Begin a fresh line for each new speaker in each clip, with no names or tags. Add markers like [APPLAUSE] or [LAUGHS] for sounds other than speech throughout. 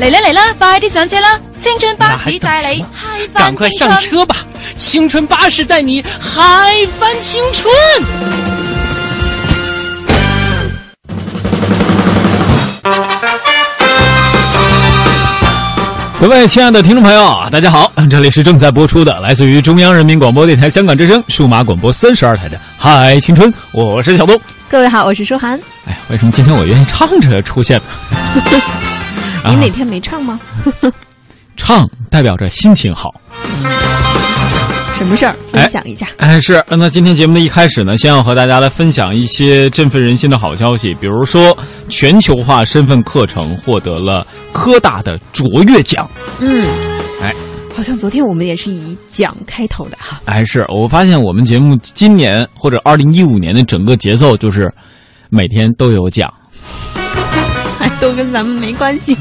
嚟啦嚟啦，快啲上车啦！青春巴士带你
那还
嗨
赶
翻
快
青
上
春。
车吧！青春巴士带你嗨翻青春。
各位亲爱的听众朋友，大家好，这里是正在播出的来自于中央人民广播电台香港之声数码广播三十二台的《嗨青春》，我是小东。
各位好，我是舒涵。
哎呀，为什么今天我愿意唱着出现呢？啊
你哪天没唱吗？
唱代表着心情好。
什么事儿？
哎
分享一下。
哎，是。那今天节目的一开始呢，先要和大家来分享一些振奋人心的好消息，比如说全球化身份课程获得了科大的卓越奖。
嗯，
哎，
好像昨天我们也是以讲开头的哈。
哎，是我发现我们节目今年或者二零一五年的整个节奏就是每天都有奖。
哎，都跟咱们没关系，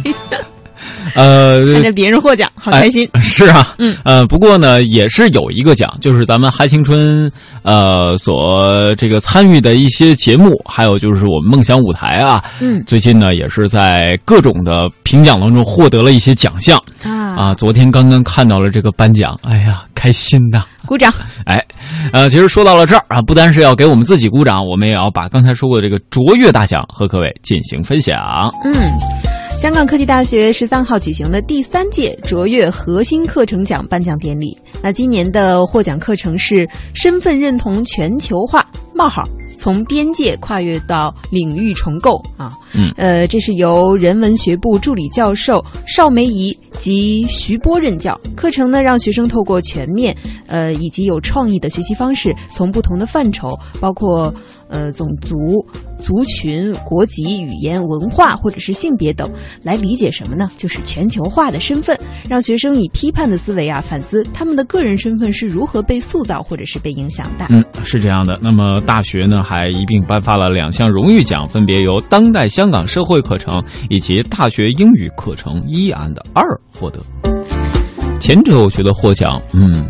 呃，
[LAUGHS] 看着别人获奖，好开心。
哎是啊，
嗯，
呃，不过呢，也是有一个奖，就是咱们嗨青春，呃，所这个参与的一些节目，还有就是我们梦想舞台啊，
嗯
最近呢也是在各种的评奖当中获得了一些奖项
啊，
啊。昨天刚刚看到了这个颁奖，哎呀，开心呐！
鼓掌。
哎，呃，其实说到了这儿啊，不单是要给我们自己鼓掌，我们也要把刚才说过的这个卓越大奖和各位进行分享。
嗯，香港科技大学十三号举行了第三届卓越核心课程奖颁奖典礼。那今年的获奖课程是“身份认同全球化：冒号从边界跨越到领域重构”啊。
嗯
呃，这是由人文学部助理教授邵梅怡及徐波任教。课程呢，让学生透过全面呃以及有创意的学习方式，从不同的范畴，包括呃种族、族群、国籍、语言、文化或者是性别等，来理解什么呢？就是全球化的身份，让学生以批判的思维啊，反思他们的个人身份是如何被塑造或者是被影响的。
嗯，是这样的。那么大学呢，还一并颁发了两项荣誉奖，分别由当代香港社会课程以及大学英语课程一案的二获得。前者我觉得获奖，嗯，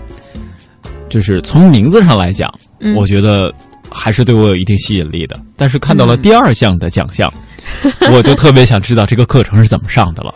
就是从名字上来讲，
嗯
我觉得还是对我有一定吸引力的。但是看到了第二项的奖项，我就特别想知道这个课程是怎么上的了。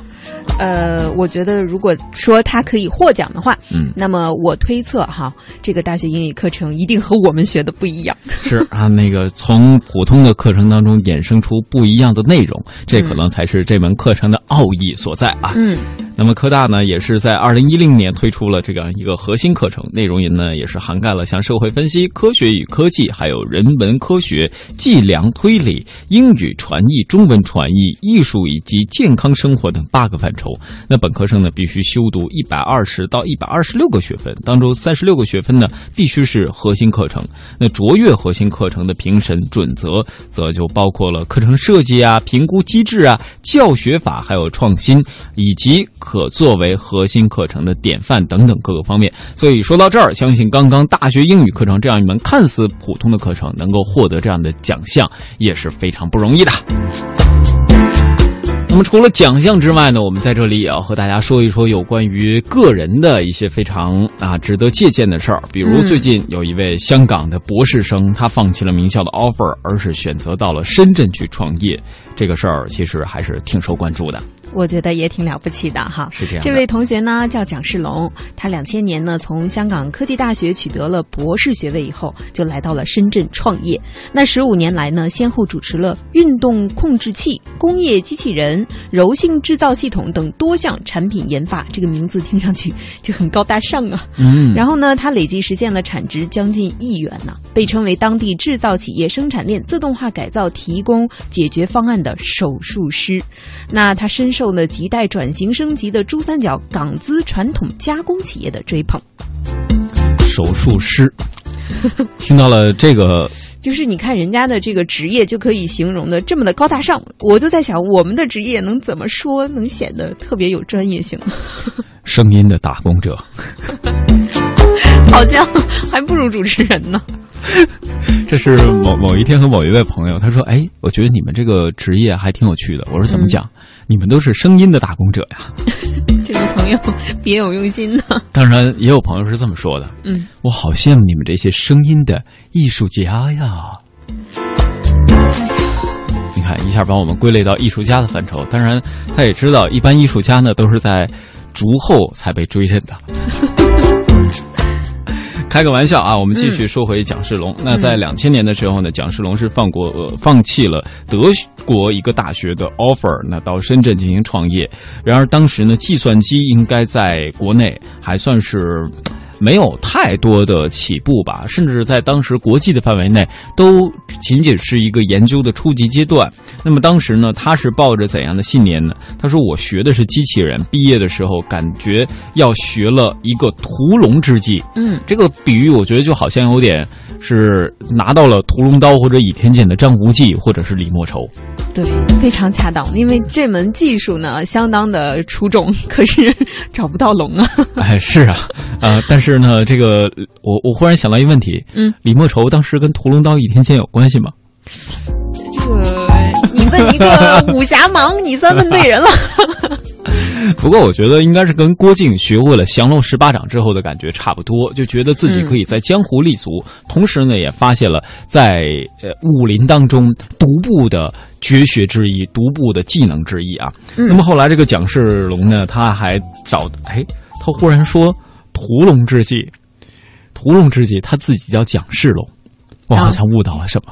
呃，我觉得如果说他可以获奖的话，
嗯，
那么我推测哈，这个大学英语课程一定和我们学的不一样。
是啊，那个从普通的课程当中衍生出不一样的内容，这可
嗯
能才是这门课程的奥义所在啊。
嗯
那么科大呢，也是在二零一零年推出了这样一个核心课程，内容也呢也是涵盖了像社会分析、科学与科技，还有人文科学、计量推理、英语传译、中文传译、艺术以及健康生活等八个范畴。那本科生呢，必须修读一百二十到一百二十六个学分，当中三十六个学分呢必须是核心课程。那卓越核心课程的评审准则，则就包括了课程设计啊、评估机制啊、教学法，还有创新，以及可作为核心课程的典范等等各个方面。所以说到这儿，相信刚刚大学英语课程这样一门看似普通的课程，能够获得这样的奖项，也是非常不容易的。那么除了奖项之外呢，我们在这里也要和大家说一说有关于个人的一些非常啊值得借鉴的事儿。比如
嗯
最近有一位香港的博士生，他放弃了名校的 offer，而是选择到了深圳去创业。这个事儿其实还是挺受关注的，
我觉得也挺了不起的哈。
是这样的。
这位同学呢叫蒋世龙，他两千年呢从香港科技大学取得了博士学位以后，就来到了深圳创业。那十五年来呢，先后主持了运动控制器、工业机器人、柔性制造系统等多项产品研发。这个名字听上去就很高大上啊。
嗯，
然后呢，它累计实现了产值将近亿元呢、被称为当地制造企业生产链自动化改造提供解决方案的手术师。那它深受呢亟待转型升级的珠三角港资传统加工企业的追捧。
手术师，听到了这个，
就是你看人家的这个职业就可以形容的这么的高大上，我就在想我们的职业能怎么说能显得特别有专业性？
声音的打工者。
好像还不如主持人呢。
这是某某一天和某一位朋友，他说：“哎，我觉得你们这个职业还挺有趣的。”我说：“
嗯
怎么讲？你们都是声音的打工者呀。”
这位朋友别有用心呢。
当然，也有朋友是这么说的。
嗯，
我好羡慕你们这些声音的艺术家呀！你看，一下把我们归类到艺术家的范畴。当然，他也知道，一般艺术家呢都是在逐后才被追认的。 [LAUGHS] 开个玩笑啊，我们继续说回蒋世龙。那在两千年的时候呢，蒋世龙是放过、呃、放弃了德国一个大学的 offer，那到深圳进行创业。然而当时呢，计算机应该在国内还算是。没有太多的起步吧，甚至在当时国际的范围内，都仅仅是一个研究的初级阶段。那么当时呢，他是抱着怎样的信念呢？他说：“我学的是机器人，毕业的时候感觉要学了一个屠龙之技。”
嗯，
这个比喻我觉得就好像有点是拿到了屠龙刀或者倚天剑的张无忌或者是李莫愁。
对，非常恰当，因为这门技术呢相当的出众，可是 [LAUGHS] 找不到龙啊。
[LAUGHS] 哎，是啊，啊、但是呢，这个我我忽然想到一个问题，
嗯，
李莫愁当时跟屠龙刀倚天剑有关系吗？
这个你问一个武侠盲，你算问对人了。
不过我觉得应该是跟郭靖学会了降龙十八掌之后的感觉差不多，就觉得自己可以在江湖立足，同时呢也发现了在呃武林当中独步的绝学之一、独步的技能之一啊。
嗯
那么后来这个蒋世龙呢，他还找哎，他忽然说屠龙之计，屠龙之计，他自己叫蒋世龙，我好像误导了什么。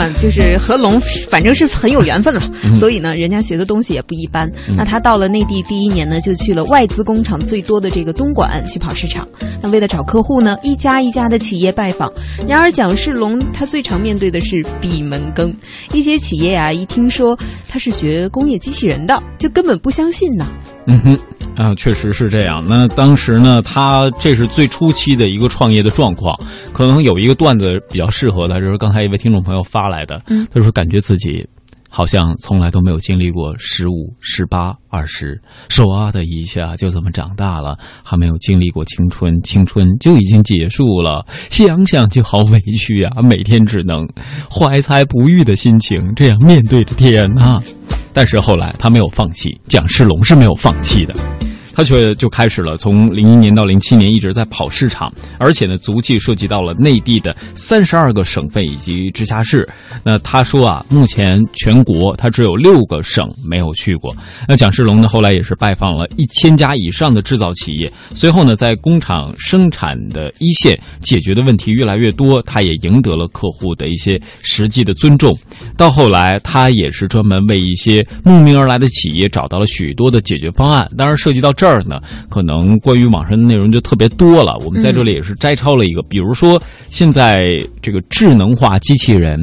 嗯，就是和龙，反正是很有缘分了。
嗯
所以呢，人家学的东西也不一般。那他到了内地第一年呢，就去了外资工厂最多的这个东莞去跑市场。那为了找客户呢，一家一家的企业拜访。然而蒋世龙他最常面对的是闭门羹，一些企业啊，一听说他是学工业机器人的，就根本不相信呐。
嗯哼，啊，确实是这样。那当时呢，他这是最初期的一个创业的状况，可能有一个段子比较适合他，就是刚才一位听众朋友发来的，
嗯
他说感觉自己好像从来都没有经历过十五、十八、二十，手啊的一下就这么长大了，还没有经历过青春，青春就已经结束了，想想就好委屈啊！每天只能怀才不遇的心情这样面对着天啊！但是后来他没有放弃，蒋世龙是没有放弃的。他却就开始了，从零一年到零七年一直在跑市场，而且呢，足迹涉及到了内地的三十二个省份以及直辖市。那他说啊，目前全国他只有六个省没有去过。那蒋世龙呢，后来也是拜访了一千家以上的制造企业，随后呢，在工厂生产的一线解决的问题越来越多，他也赢得了客户的一些实际的尊重。到后来，他也是专门为一些慕名而来的企业找到了许多的解决方案。当然，涉及到这儿呢，可能关于网上的内容就特别多了。我们在这里也是摘抄了一个，比如说现在这个智能化机器人。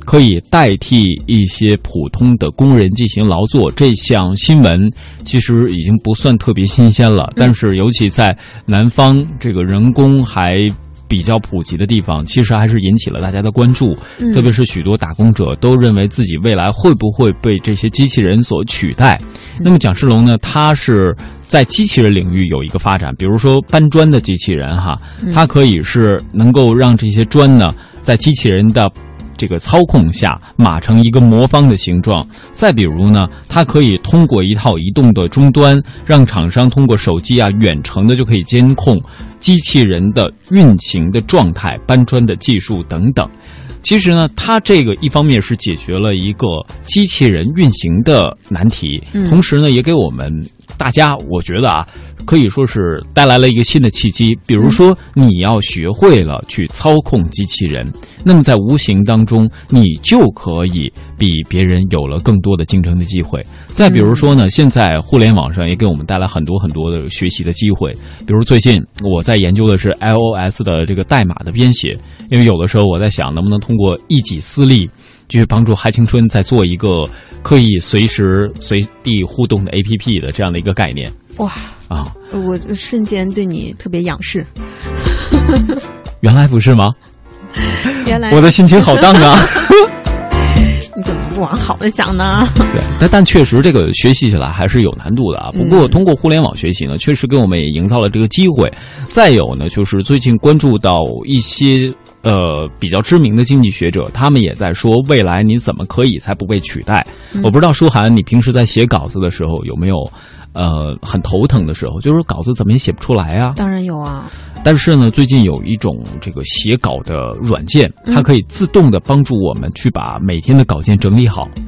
可以代替一些普通的工人进行劳作，这项新闻其实已经不算特别新鲜了。但是，尤其在南方这个人工还比较普及的地方，其实还是引起了大家的关注。
嗯
特别是许多打工者都认为自己未来会不会被这些机器人所取代。那么蒋世龙呢，他是在机器人领域有一个发展，比如说搬砖的机器人哈，它可以是能够让这些砖呢，在机器人的。这个操控下码成一个魔方的形状，再比如呢，它可以通过一套移动的终端，让厂商通过手机啊远程的就可以监控机器人的运行的状态、搬砖的技术等等。其实呢，它这个一方面是解决了一个机器人运行的难题，
嗯
同时呢，也给我们大家，我觉得啊，可以说是带来了一个新的契机。比如说，你要学会了去操控机器人，那么在无形当中，你就可以比别人有了更多的竞争的机会。再比如说呢，现在互联网上也给我们带来很多很多的学习的机会。比如最近我在研究的是 iOS 的这个代码的编写，因为有的时候我在想，能不能通过一己私利，去帮助嗨青春再做一个可以随时随地互动的 APP 的这样的一个概念
哇，
啊？
我瞬间对你特别仰视。
原来不是吗？
原来
我的心情好荡啊！
你怎么不往好的想呢？
对，但但确实这个学习起来还是有难度的啊。
嗯
不过通过互联网学习呢，确实给我们也营造了这个机会。再有呢，就是最近关注到一些呃比较知名的经济学者，他们也在说未来你怎么可以才不被取代。
嗯
我不知道舒涵，你平时在写稿子的时候有没有呃很头疼的时候，就是稿子怎么也写不出来啊？
当然有啊，
但是呢，最近有一种这个写稿的软件，
嗯
它可以自动的帮助我们去把每天的稿件整理好。
嗯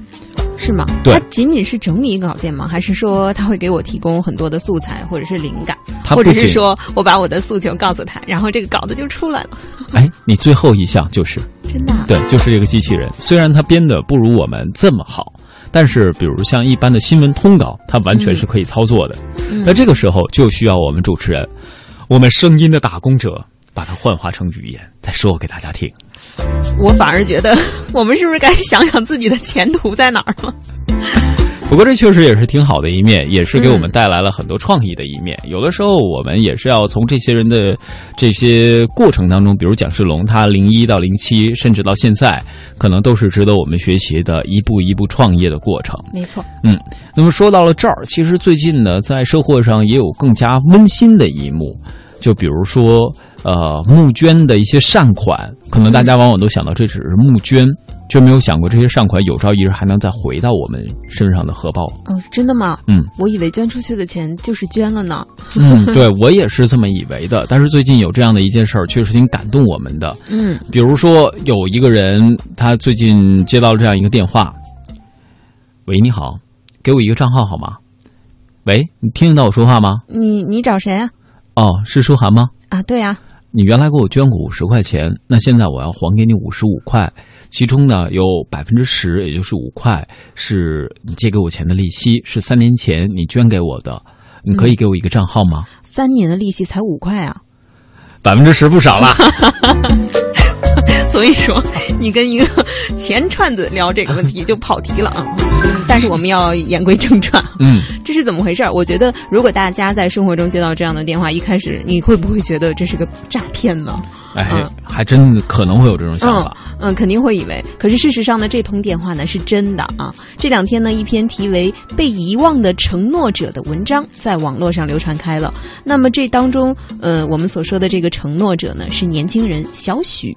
是吗？
对
它仅仅是整理一个稿件吗？还是说它会给我提供很多的素材或者是灵感，或
它不
者
仅
是说我把我的诉求告诉他，然后这个稿子就出来了？
哎，你最后一项就是
真的啊、
对，就是这个机器人。虽然它编的不如我们这么好，但是比如像一般的新闻通稿，它完全是可以操作的。
嗯
那这个时候就需要我们主持人，我们声音的打工者，把它幻化成语言，再说给大家听。
我反而觉得我们是不是该想想自己的前途在哪儿了？
不过这确实也是挺好的一面，也是给我们带来了很多创意的一面。有的时候我们也是要从这些人的这些过程当中，比如蒋世龙，他零一到零七，甚至到现在，可能都是值得我们学习的一步一步创业的过程。
没错，
那么说到了这儿，其实最近呢，在社会上也有更加温馨的一幕，就比如说，呃，募捐的一些善款，可能大家往往都想到这只是募捐，却没有想过这些善款有朝一日还能再回到我们身上的荷包。
嗯，真的吗？
嗯，
我以为捐出去的钱就是捐了呢。
嗯，对我也是这么以为的。但是最近有这样的一件事儿，确实挺感动我们的。
嗯，
比如说，有一个人他最近接到了这样一个电话：“喂，你好，给我一个账号好吗？”喂，你听得到我说话吗？
你你找谁啊？
哦，是舒涵吗？
啊，对啊，
你原来给我捐过五十块钱，那现在我要还给你五十五块，其中呢有百分之十，也就是五块是你借给我钱的利息，是三年前你捐给我的。你可以给我一个账号吗？
三年的利息才五块啊。
百分之十不少啦。
所以说，你跟一个钱串子聊这个问题就跑题了啊。但是我们要言归正传，啊
嗯，
这是怎么回事儿？我觉得，如果大家在生活中接到这样的电话，一开始你会不会觉得这是个诈骗呢？
哎
嗯，
还真的可能会有这种想法。
嗯，肯定会以为。可是事实上呢，这通电话呢是真的啊。这两天呢，一篇题为《被遗忘的承诺者》的文章在网络上流传开了。那么这当中，呃，我们所说的这个承诺者呢，是年轻人小许。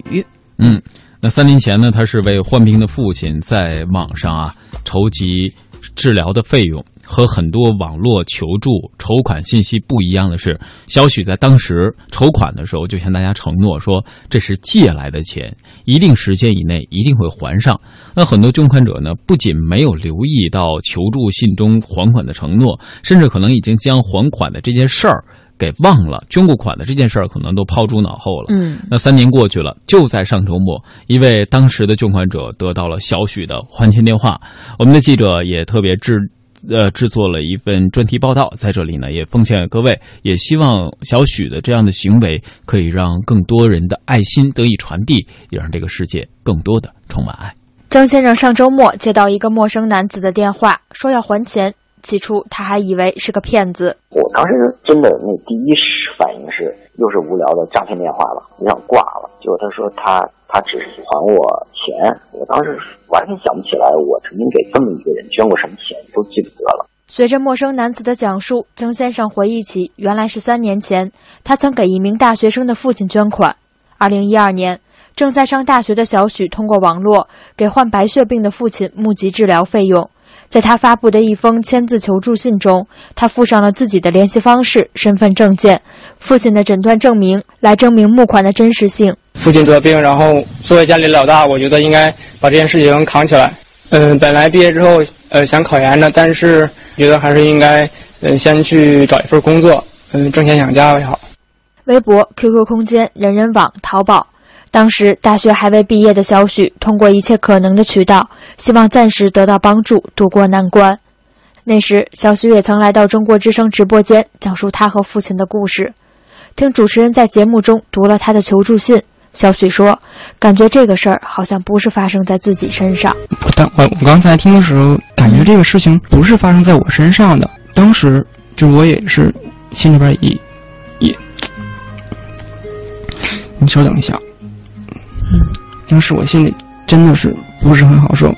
嗯，那三年前呢，他是为患病的父亲在网上啊筹集治疗的费用。和很多网络求助筹款信息不一样的是，小许在当时筹款的时候就向大家承诺说，这是借来的钱，一定时间以内一定会还上。那很多捐款者呢，不仅没有留意到求助信中还款的承诺，甚至可能已经将还款的这件事儿给忘了，捐过款的这件事儿可能都抛诸脑后了。
嗯，
那三年过去了，就在上周末，一位当时的捐款者得到了小许的还钱电话。我们的记者也特别制。呃，制作了一份专题报道，在这里呢，也奉献给各位，也希望小许的这样的行为可以让更多人的爱心得以传递，也让这个世界更多的充满爱。
张先生上周末接到一个陌生男子的电话，说要还钱。起初他还以为是个骗子，
我当时真的那第一反应是，又是无聊的诈骗电话了，我想挂了。结果他说他他只是还我钱，我当时完全想不起来我曾经给这么一个人捐过什么钱，都记不得了。
随着陌生男子的讲述，曾先生回忆起，原来是三年前，他曾给一名大学生的父亲捐款。二零一二年，正在上大学的小许通过网络给患白血病的父亲募集治疗费用。在他发布的一封签字求助信中，他附上了自己的联系方式、身份证件、父亲的诊断证明，来证明募款的真实性。
父亲得病，然后作为家里老大，我觉得应该把这件事情扛起来。嗯、本来毕业之后，呃，想考研的，但是觉得还是应该，嗯、先去找一份工作，嗯、挣钱养家为好。
微博、QQ 空间、人人网、淘宝。当时大学还未毕业的小许，通过一切可能的渠道，希望暂时得到帮助，渡过难关。那时，小许也曾来到中国之声直播间，讲述他和父亲的故事。听主持人在节目中读了他的求助信，小许说：“感觉这个事儿好像不是发生在自己身上。”
我当我我刚才听的时候，感觉这个事情不是发生在我身上的。当时就我也是心里边也也，你稍等一下，当时我心里真的是不是很好受。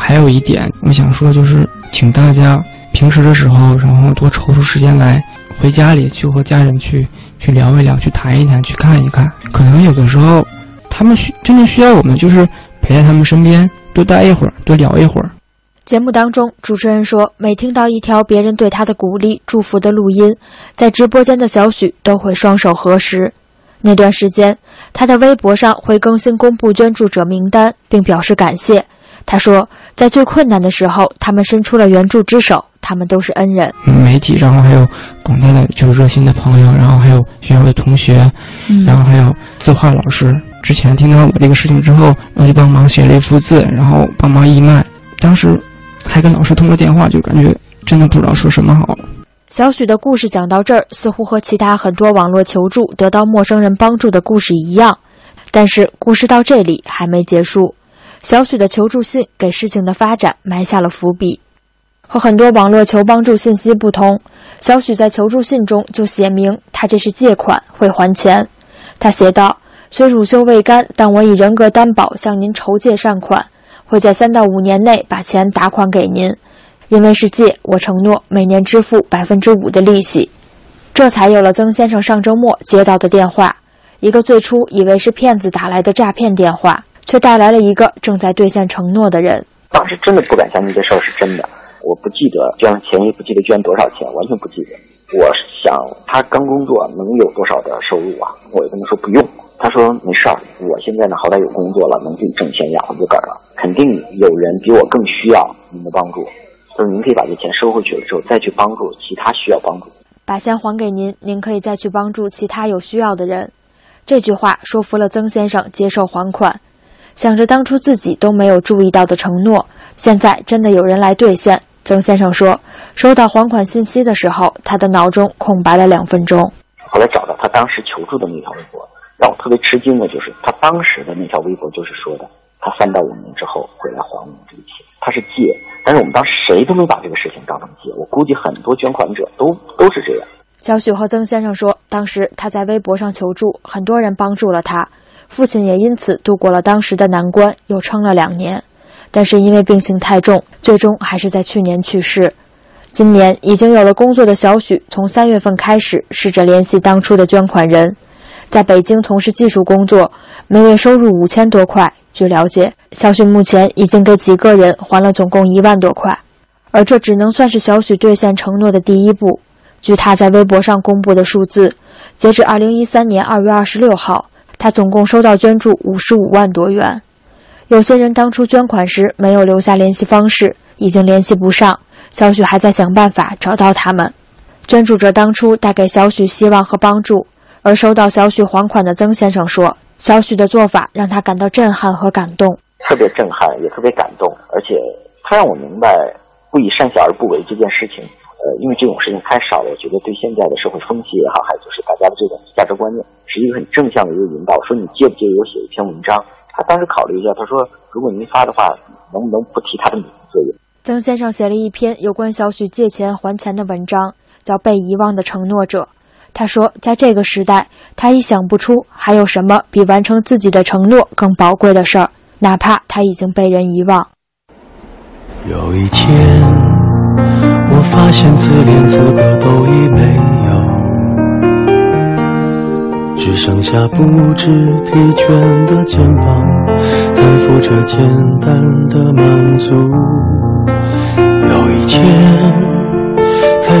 还有一点，我想说就是，请大家平时的时候，然后多抽出时间来回家里去和家人去去聊一聊，去谈一谈，去看一看。可能有的时候，他们需真的需要我们，就是陪在他们身边，多待一会儿，多聊一会儿。
节目当中，主持人说，每听到一条别人对他的鼓励、祝福的录音，在直播间的小许都会双手合十。那段时间，他的微博上会更新公布捐助者名单，并表示感谢。他说，在最困难的时候，他们伸出了援助之手，他们都是恩人。
媒体，然后还有广大的就是热心的朋友，然后还有学校的同学，
嗯
然后还有字画老师。之前听到我这个事情之后，然后就帮忙写了一幅字，然后帮忙义卖。当时还跟老师通了电话，就感觉真的不知道说什么好。
小许的故事讲到这儿，似乎和其他很多网络求助得到陌生人帮助的故事一样，但是故事到这里还没结束。小许的求助信给事情的发展埋下了伏笔。和很多网络求帮助信息不同，小许在求助信中就写明他这是借款，会还钱。他写道：“虽乳臭未干，但我以人格担保向您筹借善款，会在三到五年内把钱打款给您。”因为是借，我承诺每年支付百分之五的利息。这才有了曾先生上周末接到的电话，一个最初以为是骗子打来的诈骗电话，却带来了一个正在兑现承诺的人。
当时真的不敢相信这事儿是真的，我不记得捐了钱，也不记得捐多少钱，完全不记得。我想他刚工作能有多少的收入啊？我就跟他说不用，他说没事儿，我现在呢好歹有工作了，能自己挣钱养活自个儿了，肯定有人比我更需要您的帮助。他说您可以把这钱收回去了之后再去帮助其他需要帮助的人。
把钱还给您，您可以再去帮助其他有需要的人。这句话说服了曾先生接受还款。想着当初自己都没有注意到的承诺，现在真的有人来兑现。曾先生说，收到还款信息的时候，他的脑中空白了两分钟。
后来找到他当时求助的那条微博，让我特别吃惊的就是他当时的那条微博就是说的，他三到五年之后会来还我们这个钱，他是借，但是我们当时谁都没把这个事情当成借，我估计很多捐款者都都是这样。
小许和曾先生说，当时他在微博上求助，很多人帮助了他，父亲也因此度过了当时的难关，又撑了两年。但是因为病情太重，最终还是在去年去世。今年已经有了工作的小许，从三月份开始试着联系当初的捐款人，在北京从事技术工作，每月收入五千多块。据了解，小许目前已经给几个人还了总共一万多块，而这只能算是小许兑现承诺的第一步。据他在微博上公布的数字，截至二零一三年二月二十六号，他总共收到捐助五十五万多元。有些人当初捐款时没有留下联系方式，已经联系不上，小许还在想办法找到他们。捐助者当初带给小许希望和帮助，而收到小许还款的曾先生说，小许的做法让他感到震撼和感动。
特别震撼，也特别感动，而且他让我明白不以善小而不为这件事情。呃，因为这种事情太少了，我觉得对现在的社会风气也好，还有就是大家的这种价值观念，是一个很正向的一个引导。说你介不介意我写一篇文章？他当时考虑一下，他说如果您发的话，能不能不提他的名字？
曾先生写了一篇有关小许借钱还钱的文章，叫《被遗忘的承诺者》。他说，在这个时代，他已想不出还有什么比完成自己的承诺更宝贵的事儿，哪怕他已经被人遗忘。
有一天，我发现自怜资格都已没有，只剩下不知疲倦的肩膀，担负着简单的满足。有一天，开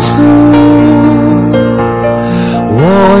宿。我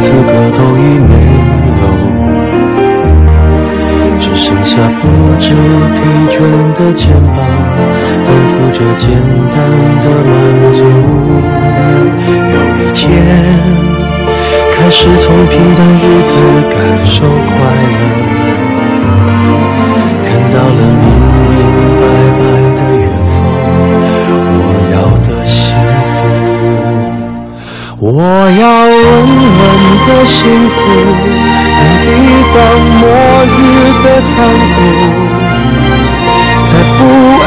资格都已没有，只剩下不知疲倦的肩膀，担负着简单的满足。有一天，开始从平淡日子感受快乐，看到了明明白白的远方，我要的幸福。我要稳稳的幸福，能抵挡末日的残酷，在不安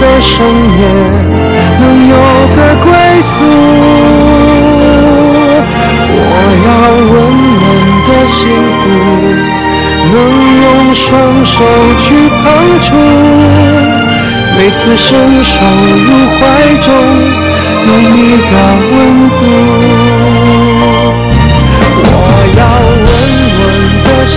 的深夜能有个归宿。我要稳稳的幸福，能用双手去碰触。每次伸手入怀中，有你的温度。我要稳稳的幸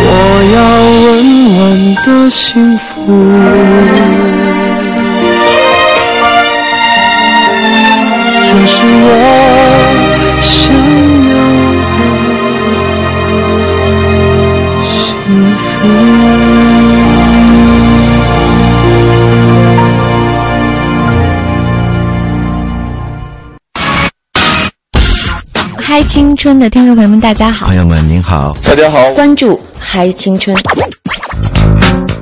我要稳稳的幸福。这是我想要的幸福。
嗨，青春的听众朋友们，大家好！
朋友们您好，
大家好，
关注嗨青春，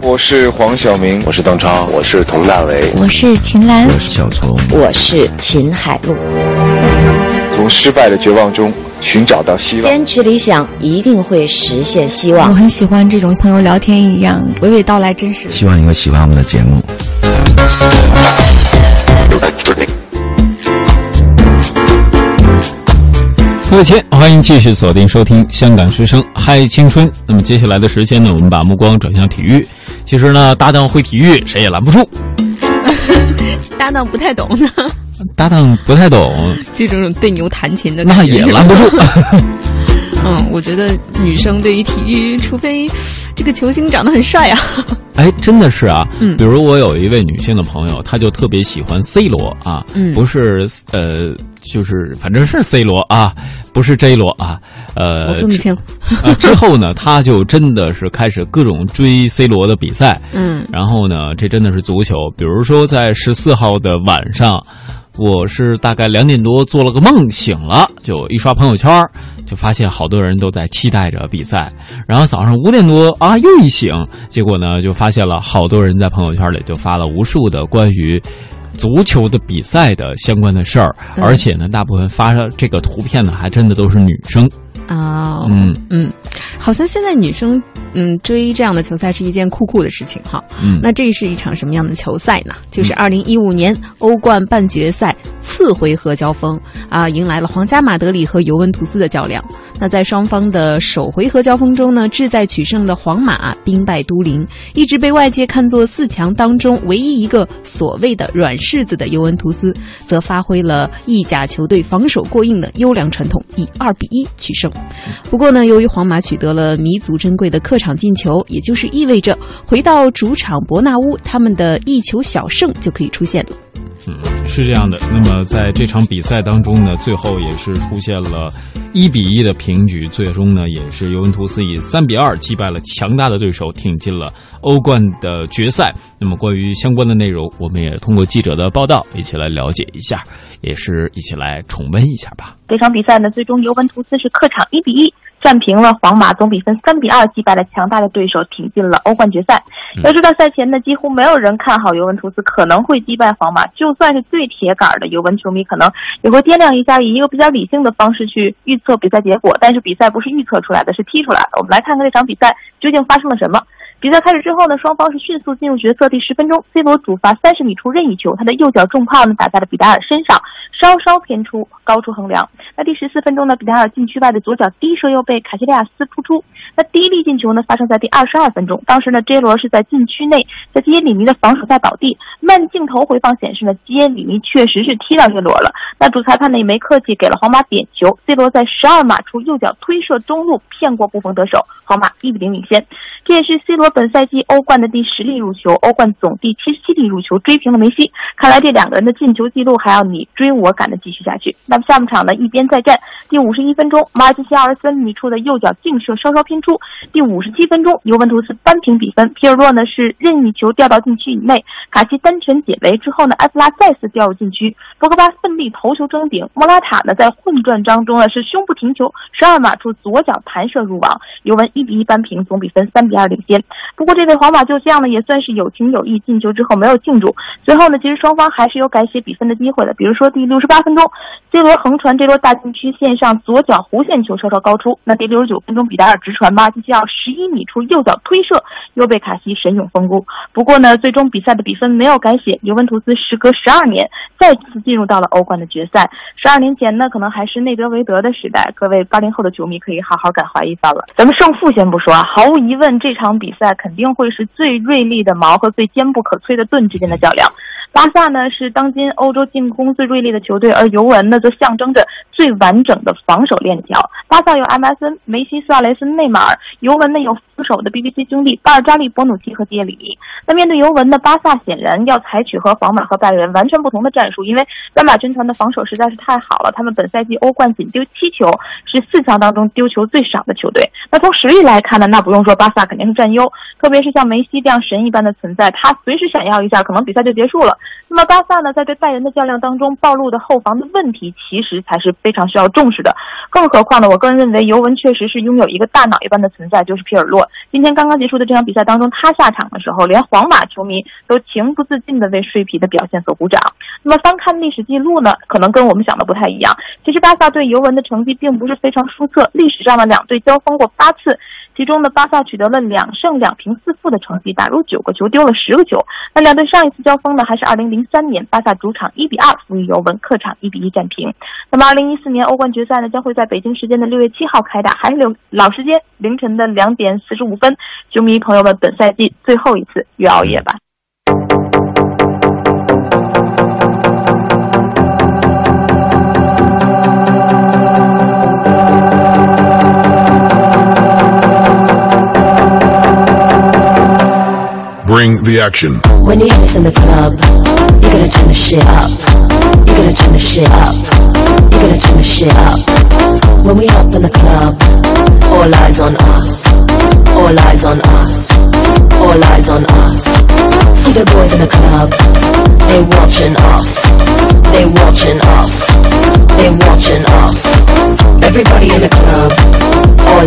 我是黄晓明，我是邓超，我是佟大为。
我是秦岚，
我是小虫。
我是秦海璐，
从失败的绝望中寻找到希望。
坚持理想一定会实现希
我
望。
很喜欢这种朋友聊天一样娓娓道来真实。
希望你会喜欢我们的节目。
各前，欢迎继续锁定收听香港之声《嗨青春》。那么接下来的时间呢，我们把目光转向体育。其实呢，搭档会体育，谁也拦不住。
[LAUGHS] 搭档不太懂呢， [LAUGHS]
搭档不太懂，
这种对牛弹琴的感
[LAUGHS] 那
觉
也拦不住。
[LAUGHS] 嗯，我觉得女生对于体育，除非这个球星长得很帅啊，
哎，真的是啊，
嗯
比如我有一位女性的朋友，她就特别喜欢 C 罗啊，
嗯
不是呃，就是反正是 C 罗啊，不是 J 罗啊，呃，
我分不清。
啊，之后呢，他就真的是开始各种追 C 罗的比赛。
嗯，
然后呢，这真的是足球。比如说，在十四号的晚上，我是大概两点多做了个梦，醒了就一刷朋友圈儿，就发现好多人都在期待着比赛。然后早上五点多啊，又一醒，结果呢，就发现了好多人在朋友圈里就发了无数的关于。足球的比赛的相关的事儿，
嗯
而且呢，大部分发这个图片呢，还真的都是女生。
啊、
嗯
嗯，好像现在女生嗯追这样的球赛是一件酷酷的事情哈。
嗯，
那这是一场什么样的球赛呢？就是二零一五年欧冠半决赛次回合交锋啊，迎来了皇家马德里和尤文图斯的较量。那在双方的首回合交锋中呢，志在取胜的皇马兵败都灵，一直被外界看作四强当中唯一一个所谓的软柿子的尤文图斯，则发挥了意甲球队防守过硬的优良传统，以二比一取胜。不过呢，由于皇马取得了弥足珍贵的客场进球，也就是意味着回到主场伯纳乌，他们的一球小胜就可以出现了。
嗯是这样的，那么在这场比赛当中呢，最后也是出现了一比一的平局，最终呢也是尤文图斯以三比二击败了强大的对手，挺进了欧冠的决赛。那么关于相关的内容，我们也通过记者的报道一起来了解一下，也是一起来重温一下吧。
这场比赛呢，最终尤文图斯是客场一比一战平了皇马，总比分三比二击败了强大的对手，挺进了欧冠决赛。要知道赛前呢，几乎没有人看好尤文图斯可能会击败皇马，就算是最铁杆的尤文球迷，可能也会掂量一下，以一个比较理性的方式去预测比赛结果。但是比赛不是预测出来的，是踢出来的。我们来看看这场比赛究竟发生了什么。
比赛开始之后呢，双方是迅速进入角色。第十分钟，C 罗主罚三十米处任意球，他的右脚重炮呢打在了比达尔身上，稍稍偏出，高出横梁。那第十四分钟呢，比达尔禁区外的左脚低射又被卡西利亚斯扑出。那第一粒进球呢，发生在第二十二分钟，当时呢，J 罗是在禁区内，在基耶里尼的防守下倒地。慢镜头回放显示呢，基耶里尼确实是踢到 J 罗了。那主裁判呢也没客气，给了皇马点球。C 罗在十二码处右脚推射中路，骗过布冯得手，皇马一比零领先。这也是 C 罗本赛季欧冠的第十粒入球，欧冠总第七十七粒入球，追平了梅西。看来这两个人的进球记录还要你追我赶的继续下去。那么下半场呢，一边再战。第五十一分钟，马尔基西奥尔三米处的右脚劲射稍稍偏出。第五十七分钟，尤文图斯扳平比分，皮尔洛呢是任意球掉到禁区以内，卡西单拳解围之后呢，埃弗拉再次掉入禁区，博格巴奋力头球争顶，莫拉塔呢在混转当中呢啊是胸部停球，十二码处左脚弹射入网，尤文一比一扳平，总比分三比二领先。不过这对皇马就这样呢也算是有情有义，进球之后没有庆祝。随后呢，其实双方还是有改写比分的机会的，比如说第六十八分钟，C 罗横传 J 罗大禁区线上左脚弧线球稍稍高出，那第六十九分钟比达尔直传马基西奥十一米处右脚推射，又被卡西神勇封箍。不过呢，最终比赛的比分没有改写，尤文图斯时隔十二年再次进入到了欧冠的决赛。十二年前呢，可能还是内德维德的时代，各位八零后的球迷可以好好感怀一番了。咱们胜负先不说啊，毫无疑问，这场比赛肯定会是最锐利的矛和最坚不可摧的盾之间的较量。巴萨呢是当今欧洲进攻最锐利的球队，而尤文呢则象征着最完整的防守链条。巴萨有 MSN、梅西、苏亚雷斯、内马尔；尤文呢有副手的 BBC 兄弟巴尔扎利、博努契和迪耶里尼。那面对尤文呢，巴萨显然要采取和皇马和拜仁完全不同的战术，因为斑马军团的防守实在是太好了，他们本赛季欧冠仅丢七球，是四强当中丢球最少的球队。那从实力来看呢，那不用说，巴萨肯定是占优，特别是像梅西这样神一般的存在，他随时闪耀一下，可能比赛就结束了。那么巴萨呢，在对拜仁的较量当中暴露的后防的问题，其实才是非常需要重视的。更何况呢，我个人认为尤文确实是拥有一个大脑一般的存在，就是皮尔洛。今天刚刚结束的这场比赛当中，他下场的时候，连皇马球迷都情不自禁地为睡皮的表现所鼓掌。那么翻看历史记录呢，可能跟我们想的不太一样。其实巴萨对尤文的成绩并不是非常出色，历史上的两队交锋过八次。其中呢，巴萨取得了两胜两平四负的成绩，打入九个球，丢了十个球。那两队上一次交锋呢，还是二零零三年，巴萨主场一比二负于尤文，客场一比一战平。那么二零一四年欧冠决赛呢，将会在北京时间的六月七号开打，还是老老时间凌晨的两点四十五分。球迷朋友们，本赛季最后一次约熬夜吧。
Bring the action.
When you have this in the club, you're gonna turn the shit up. You're gonna turn the shit up. You're gonna turn the shit up. When we up in the club, all eyes on us. All eyes on us. All eyes on us. See the boys in the club, they watching us. They watching us. They watching us. Everybody in the club, all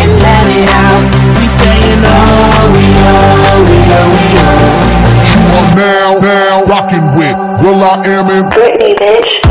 and let it out. We saying oh we oh we oh we oh.
You are now, now rocking with Will I Am and
Britney, bitch.